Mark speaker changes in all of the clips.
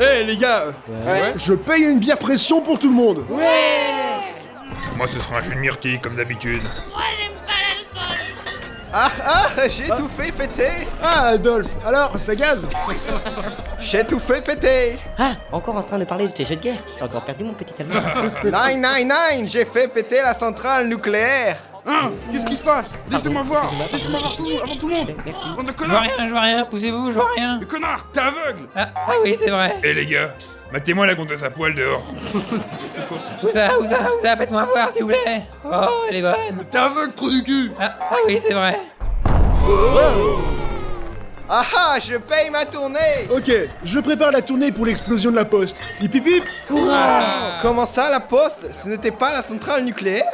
Speaker 1: Eh les gars,
Speaker 2: Ouais.
Speaker 1: je paye une bière pression pour tout le monde.
Speaker 3: Moi, ce sera un jus de myrtille, comme d'habitude.
Speaker 4: Ah ah, j'ai tout fait péter
Speaker 1: Ah Adolphe, alors ça gaze
Speaker 4: J'ai tout fait péter
Speaker 5: Ah, encore en train de parler de tes jeux de guerre. J'ai encore perdu mon petit ami.
Speaker 4: Nine, nine, nine, j'ai fait péter la centrale nucléaire
Speaker 6: Hein Qu'est-ce qui se passe Laissez-moi voir Laissez-moi voir tout, avant tout le monde
Speaker 5: Merci.
Speaker 6: Bande de
Speaker 7: Je vois
Speaker 6: connards
Speaker 7: rien, je vois rien, poussez-vous, je vois rien.
Speaker 6: Mais connard, t'es aveugle
Speaker 7: Ah, ah oui, c'est vrai.
Speaker 3: Eh les gars, matez-moi la comtesse à poil dehors.
Speaker 7: Où ça, où ça, où ça, faites-moi voir, s'il vous plaît. Oh, elle est bonne.
Speaker 6: T'es aveugle, trou du cul
Speaker 7: Ah, ah oui, c'est vrai.
Speaker 4: Ah ah, je paye ma tournée
Speaker 1: Ok, je prépare la tournée pour l'explosion de la poste. Hip hip hip
Speaker 6: Ah.
Speaker 4: Comment ça, la poste Ce n'était pas la centrale nucléaire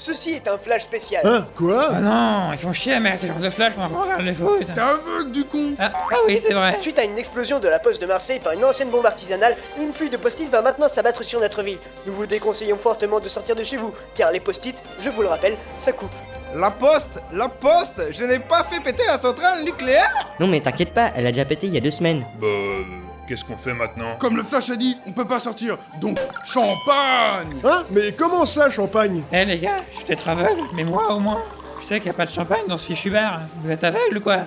Speaker 8: Ceci est un flash spécial.
Speaker 1: Hein Quoi
Speaker 7: Ah non, ils font chier à mettre ce genre de flash pour encore regarder le foot.
Speaker 6: T'es aveugle, du con
Speaker 7: Ah, ah oui, c'est vrai.
Speaker 8: Suite à une explosion de la poste de Marseille par une ancienne bombe artisanale, une pluie de post-it va maintenant s'abattre sur notre ville. Nous vous déconseillons fortement de sortir de chez vous, car les post-it, je vous le rappelle, ça coupe.
Speaker 4: La poste La poste Je n'ai pas fait péter la centrale nucléaire
Speaker 5: Non mais t'inquiète pas, elle a déjà pété il y a deux semaines.
Speaker 3: Bah, euh, qu'est-ce qu'on fait maintenant
Speaker 6: Comme le flash a dit, on peut pas sortir, donc champagne
Speaker 1: Hein Mais comment ça champagne
Speaker 7: Eh les gars, je suis peut-être aveugle, mais moi au moins. Je sais qu'il n'y a pas de champagne dans ce fichu bar. Vous êtes aveugle ou quoi